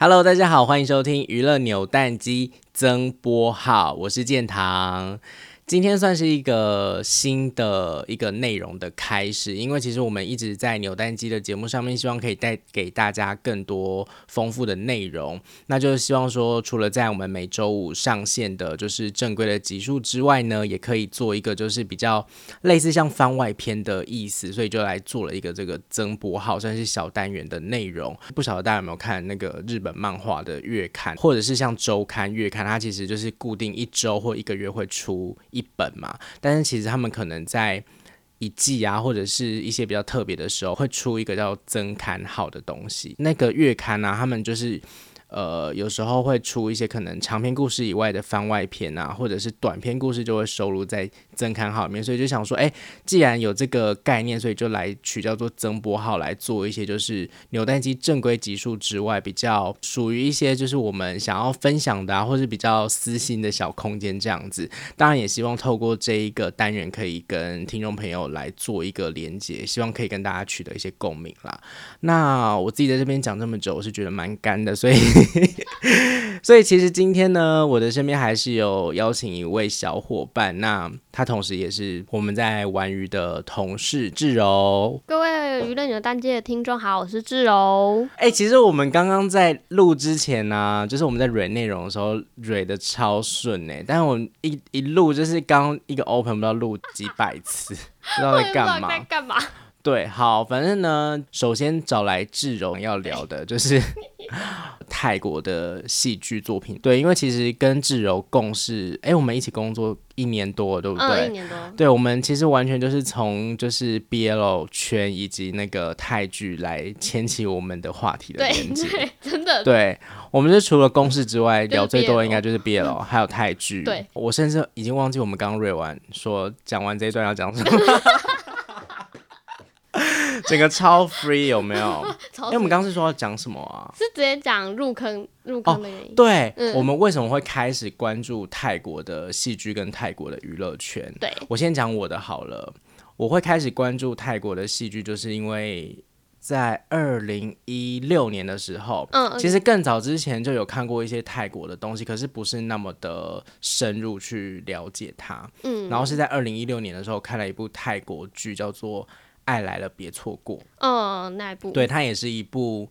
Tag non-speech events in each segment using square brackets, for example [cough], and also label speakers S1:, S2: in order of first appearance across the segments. S1: Hello，大家好，欢迎收听娱乐扭蛋机增播号，我是建堂。今天算是一个新的一个内容的开始，因为其实我们一直在扭蛋机的节目上面，希望可以带给大家更多丰富的内容。那就是希望说，除了在我们每周五上线的就是正规的集数之外呢，也可以做一个就是比较类似像番外篇的意思，所以就来做了一个这个增博号，算是小单元的内容。不晓得大家有没有看那个日本漫画的月刊，或者是像周刊、月刊，它其实就是固定一周或一个月会出一本嘛。但是其实他们可能在一季啊，或者是一些比较特别的时候，会出一个叫增刊号的东西。那个月刊啊，他们就是。呃，有时候会出一些可能长篇故事以外的番外篇啊，或者是短篇故事，就会收录在增刊号里面。所以就想说，哎、既然有这个概念，所以就来取叫做增播号来做一些就是扭蛋机正规集数之外，比较属于一些就是我们想要分享的啊，或是比较私心的小空间这样子。当然也希望透过这一个单元，可以跟听众朋友来做一个连接，希望可以跟大家取得一些共鸣啦。那我自己在这边讲这么久，我是觉得蛮干的，所以所以其实今天呢，我的身边还是有邀请一位小伙伴，那他同时也是我们在玩鱼的同事志柔。
S2: 各位娱乐扭蛋界的听众好，我是志柔。
S1: 哎、其实我们刚刚在录之前呢、就是我们在蕊内容的时候蕊的超顺哎、但是我们一一录就是刚一个 open 不知道录几百次，不 [laughs] 知道在干嘛
S2: 在。干嘛？
S1: 对，好，反正呢，首先找来志柔要聊的就是 [laughs] 泰国的戏剧作品。对，因为其实跟志柔共事，哎、我们一起工作一年多了，对不
S2: 嗯，
S1: 对？
S2: 一年多。
S1: 对，我们其实完全就是从就是 BL 圈以及那个泰剧来牵起我们的话题的
S2: 对
S1: 连接。
S2: 对， [laughs] 真的。
S1: 对，我们是除了公事之外，
S2: 就是
S1: 聊最多
S2: BL
S1: 的应该就是 BL，还有泰剧。
S2: 对，
S1: 我甚至已经忘记我们刚刚瑞完说讲完这一段要讲什么，
S2: [laughs]
S1: 整个超 free 有没有？
S2: [laughs] 超
S1: 哎因为我们刚刚是说要讲什么啊？
S2: 是直接讲入坑入坑的原因。
S1: 对，
S2: 嗯
S1: 我们为什么会开始关注泰国的戏剧跟泰国的娱乐圈？
S2: 对，
S1: 我先讲我的好了，我会开始关注泰国的戏剧，就是因为在二零一六年的时候，
S2: 嗯嗯
S1: 其实更早之前就有看过一些泰国的东西，可是不是那么的深入去了解它。
S2: 嗯
S1: 然后是在二零一六年的时候看了一部泰国剧，叫做《爱来了别错过》，
S2: 嗯，那一部。
S1: 对，它也是一部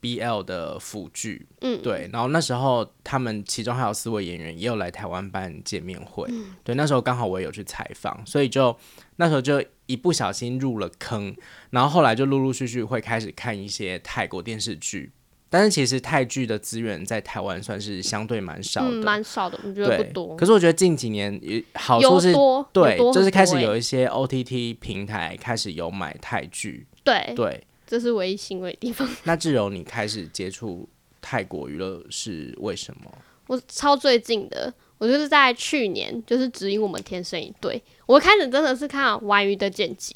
S1: BL 的腐剧。
S2: 嗯，
S1: 对，然后那时候他们其中还有四位演员也有来台湾办见面会，
S2: 嗯
S1: 对，那时候刚好我也有去采访，所以就那时候就一不小心入了坑，然后后来就陆陆续续会开始看一些泰国电视剧，但是其实泰剧的资源在台湾算是相对蛮少的，
S2: 嗯，蛮少的，我觉得
S1: 对
S2: 不多。
S1: 可是我觉得近几年也好处
S2: 有
S1: 是，
S2: 多
S1: 对
S2: 有多，
S1: 就是开始
S2: 很多欸
S1: 有一些 OTT 平台开始有买泰剧，
S2: 对，
S1: 对，
S2: 这是唯一欣慰的地方。
S1: 那志柔你开始接触泰国娱乐是为什么？
S2: 我超最近的，我就是在去年，就是指引我们天生一对。我开始真的是看玩鱼的剪辑，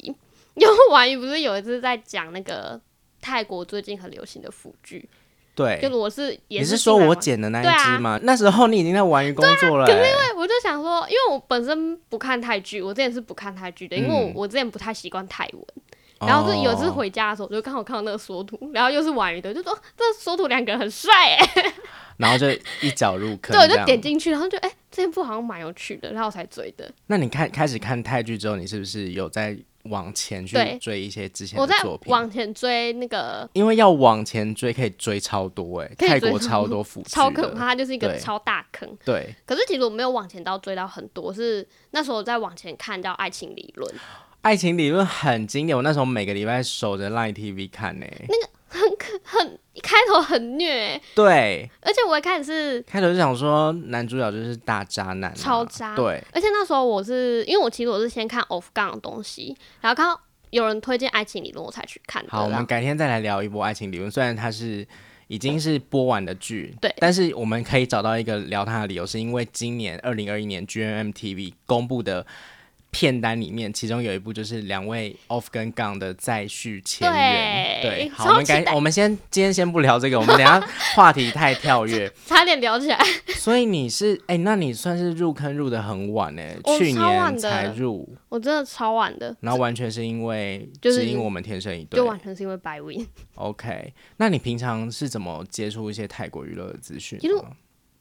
S2: 因为玩鱼不是有一次在讲那个泰国最近很流行的腐剧，
S1: 对，
S2: 就我是也
S1: 你是
S2: 是
S1: 说
S2: 进来
S1: 我
S2: 玩
S1: 剪的那一
S2: 对啊
S1: 只吗？那时候你已经在玩鱼工作了、欸，
S2: 对，我啊就想说，因为我本身不看泰剧，我之前是不看泰剧的，因为我
S1: 嗯
S2: 我之前不太习惯泰文。然后是有一次
S1: 哦
S2: 回家的时候，我就刚好看到那个缩图，然后又是婉瑜的，就说这缩图两个人很帅哎、
S1: 然后就一脚
S2: [laughs]
S1: 入坑，
S2: 对，我就
S1: 这样
S2: 点。进去，然后就哎、这部好像蛮有趣的，然后我才追的。
S1: 那你看开始看泰剧之后，你是不是有在往前去
S2: 对
S1: 追一些之前
S2: 我
S1: 的
S2: 在
S1: 作品？
S2: 往前追那个
S1: 因为要往前追，可以追超多哎、
S2: 可以
S1: 泰
S2: 追
S1: 国超多腐剧
S2: 超
S1: 的
S2: 可怕，它就是一个
S1: 对
S2: 超大坑。
S1: 对，
S2: 可是其实我没有往前到追到很多，是那时候我在往前看到《爱情理论》，
S1: 爱情理论很经典，我那时候每个礼拜守着 Line TV 看欸呢、
S2: 开头很虐欸、
S1: 对，
S2: 而且我一开始是
S1: 开头就想说男主角就是大渣男啊、
S2: 超渣
S1: 对，
S2: 而且那时候我是因为我其实我是先看 Off 杠的东西，然后看到有人推荐《爱情理论》，我才去看的
S1: 好，我们
S2: 啦。
S1: 改天再来聊一波爱情理论。虽然它是已经是播完的剧，
S2: 对
S1: 但是我们可以找到一个聊它的理由，是因为今年二零二一年 GMMTV 公布的片单里面，其中有一部就是两位 Off 跟 Gun 的再续前缘。
S2: 对
S1: 对，好，
S2: 超
S1: 我们
S2: 期
S1: 赶，
S2: 待
S1: 我们先今天先不聊这个，我们等一下话题太跳跃。
S2: [laughs] 差点聊起来。
S1: 所以你是 [laughs] 哎、那你算是入坑入的很晚哎、
S2: 我
S1: 去
S2: 哦超晚
S1: 年
S2: 的
S1: 才入，
S2: 我真的超晚的，
S1: 然后完全是因为
S2: 就是
S1: 只因我们天生一对
S2: 就。完全是因为白 win。
S1: OK，那你平常是怎么接触一些泰国娱乐的资讯呢？
S2: 其实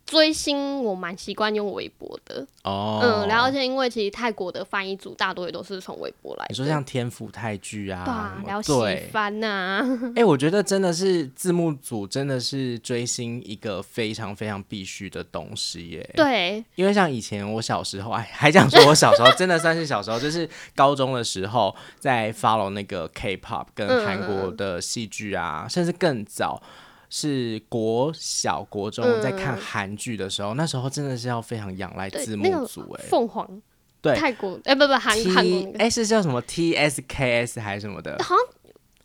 S2: 追星我蛮习惯用微博的，
S1: 哦，
S2: 嗯，然后而且因为其实泰国的翻译组大多也都是从微博来的，
S1: 你说像天府泰剧啊，
S2: 对啊
S1: 什，么
S2: 聊喜
S1: 对，
S2: 番呐、
S1: 哎、我觉得真的是字幕组真的是追星一个非常非常必须的东西耶。，
S2: [laughs] 对，
S1: 因为像以前我小时候，哎，还讲说我小时候真的算是小时候，就是高中的时候在 follow 那个 K-pop
S2: 嗯
S1: 跟韩国的戏剧啊，甚至更早。是国小、国中在看韩剧的时候，那时候真的是要非常仰赖
S2: 嗯对
S1: 字
S2: 那个
S1: 幕组哎、
S2: 凤凰，
S1: 对
S2: 泰国，哎、不不，韩韩国
S1: T
S2: 那个，
S1: 哎、是叫什么 T S K S 还是什么的？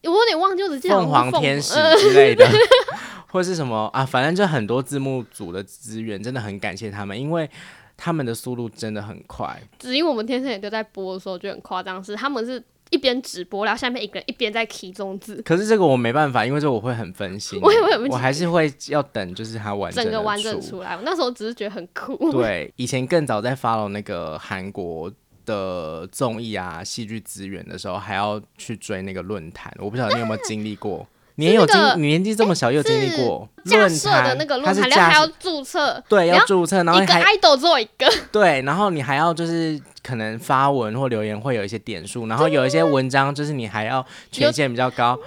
S2: 我有点忘记，我只记得好
S1: 凤
S2: 像是
S1: 凰天使
S2: 嗯
S1: 之类的， [laughs] 或是什么啊，反正就很多字幕组的资源，真的很感谢他们，因为他们的速度真的很快。
S2: 只因我们天生也就在播的时候就很夸张，是他们是一边直播，然后下面一个人一边在 key 中字，
S1: 可是这个我没办法，因为这我会很分心，
S2: 我也会很分心
S1: 我还是会要等，就是它完整
S2: 整
S1: 的
S2: 个完整
S1: 出。
S2: 出来。我那时候只是觉得很酷，
S1: 对，以前更早在 follow 那个韩国。的综艺啊，戏剧资源的时候，还要去追那个论坛。我不晓得你有没有经历
S2: [laughs]
S1: 过，你也有经
S2: 是那，个
S1: 你年纪这么小又经历
S2: 是
S1: 过
S2: 架
S1: 论
S2: 设
S1: 坛
S2: 的那个
S1: 它
S2: 论
S1: 是
S2: 坛，
S1: 架
S2: 然后还
S1: 设
S2: 要注册，
S1: 对
S2: 你
S1: 要
S2: 要
S1: 注册，然后
S2: 一个
S1: 还
S2: idol 做一个，
S1: 对，然后你还要就是可能发文或留言会有一些点数，然后有一些文章就是你还要权限比较高。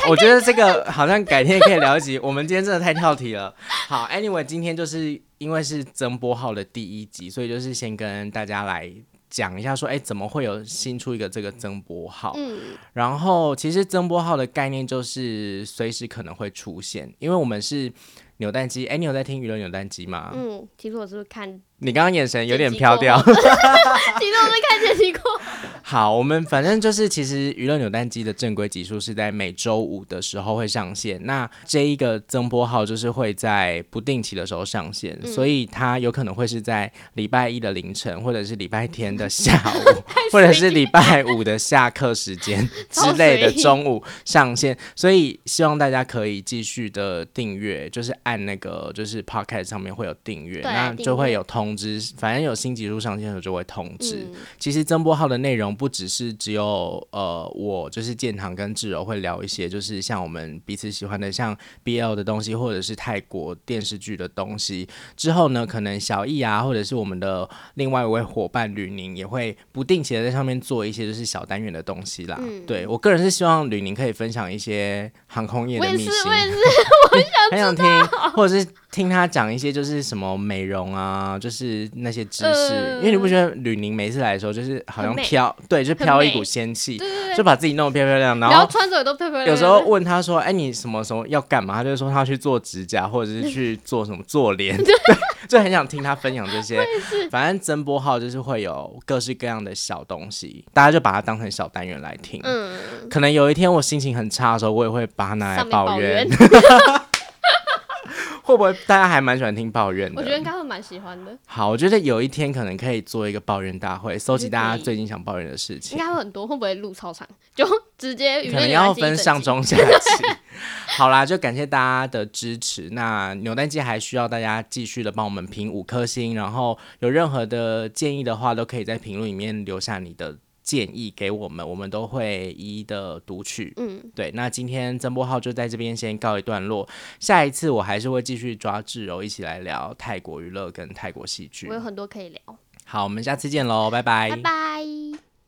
S1: 好我觉得这个好像改天可以聊一集。我们今天真的太跳题了。好，Anyway，今天就是因为是曾波浩的第一集，所以就是先跟大家来。讲一下说，哎，怎么会有新出一个这个曾波浩？
S2: 嗯，
S1: 然后其实增拨号的概念就是随时可能会出现，因为我们是扭蛋机。哎，你有在听娱乐扭蛋机吗？
S2: 嗯，其实我是看，
S1: 你刚刚眼神有点飘掉。
S2: 其实我是看剪辑过，
S1: 好，我们反正就是，其实娱乐扭蛋机的正规集数是在每周五的时候会上线。那这一个增播号就是会在不定期的时候上线，
S2: 嗯
S1: 所以它有可能会是在礼拜一的凌晨，或者是礼拜天的下
S2: [laughs]
S1: 午，或者是礼拜五的下课时间之
S2: 超
S1: 类的
S2: 随意
S1: 中午上线。所以希望大家可以继续的订阅，就是按那个就是 Podcast 上面会有订阅，
S2: 对
S1: 那
S2: 订
S1: 就会
S2: 阅
S1: 有通知，反正有新集数上线的时候就会通知。
S2: 嗯，
S1: 其实增播号的内容不只是只有呃，我就是建堂跟志柔会聊一些，就是像我们彼此喜欢的，像 BL 的东西，或者是泰国电视剧的东西。之后呢，可能小易啊，或者是我们的另外一位伙伴吕宁，也会不定期的在上面做一些就是小单元的东西啦。
S2: 嗯
S1: 对我个人是希望吕宁可以分享一些航空业
S2: 我
S1: 的
S2: 也
S1: 秘
S2: 是
S1: 辛，，
S2: 我也是，
S1: [laughs] 很想听，或者是听他讲一些就是什么美容啊，就是那些知识，
S2: 嗯
S1: 因为你不觉得吕宁每次来的时候就是好像
S2: 很美
S1: 飘，对，就飘一
S2: 很
S1: 股
S2: 美
S1: 仙气，
S2: 对对对，
S1: 就把自己弄得漂漂亮，然
S2: 然后
S1: 后。
S2: 穿着也都漂漂亮亮的，
S1: 有时候问他说：“哎、你什么时候要干嘛？”他就说他去做指甲，或者是
S2: [laughs]
S1: 去做什么做脸， [laughs] 对，就很想听他分享这些。反正增播号就是会有各式各样的小东西，大家就把它当成小单元来听。
S2: 嗯，
S1: 可能有一天我心情很差的时候，我也会把它拿来
S2: 上面抱
S1: 怨
S2: 怨。
S1: 会不会大家还蛮喜欢听抱怨的？
S2: 我觉得应该会蛮喜欢的，
S1: 好，我觉得有一天可能可以做一个抱怨大会，搜集
S2: 可以
S1: 大家最近想抱怨的事
S2: 应
S1: 情，
S2: 该会很多，会不会录超长？就直接娱
S1: 可
S2: 乐
S1: 能
S2: 扭
S1: 要
S2: 蛋机一
S1: 分
S2: 整
S1: 上
S2: 集 [laughs]
S1: 中下期。 [laughs] 好啦，就感谢大家的支持。那扭蛋机还需要大家继续的帮我们评五颗星，然后有任何的建议的话，都可以在评论里面留下你的建议给我们，我们都会一一的读取。
S2: 嗯，
S1: 对，那今天曾波浩就在这边先告一段落。下一次我还是会继续抓志柔一起来聊泰国娱乐跟泰国戏剧
S2: 我。有很多可以聊，
S1: 好，我们下次见喽，拜
S2: 拜拜。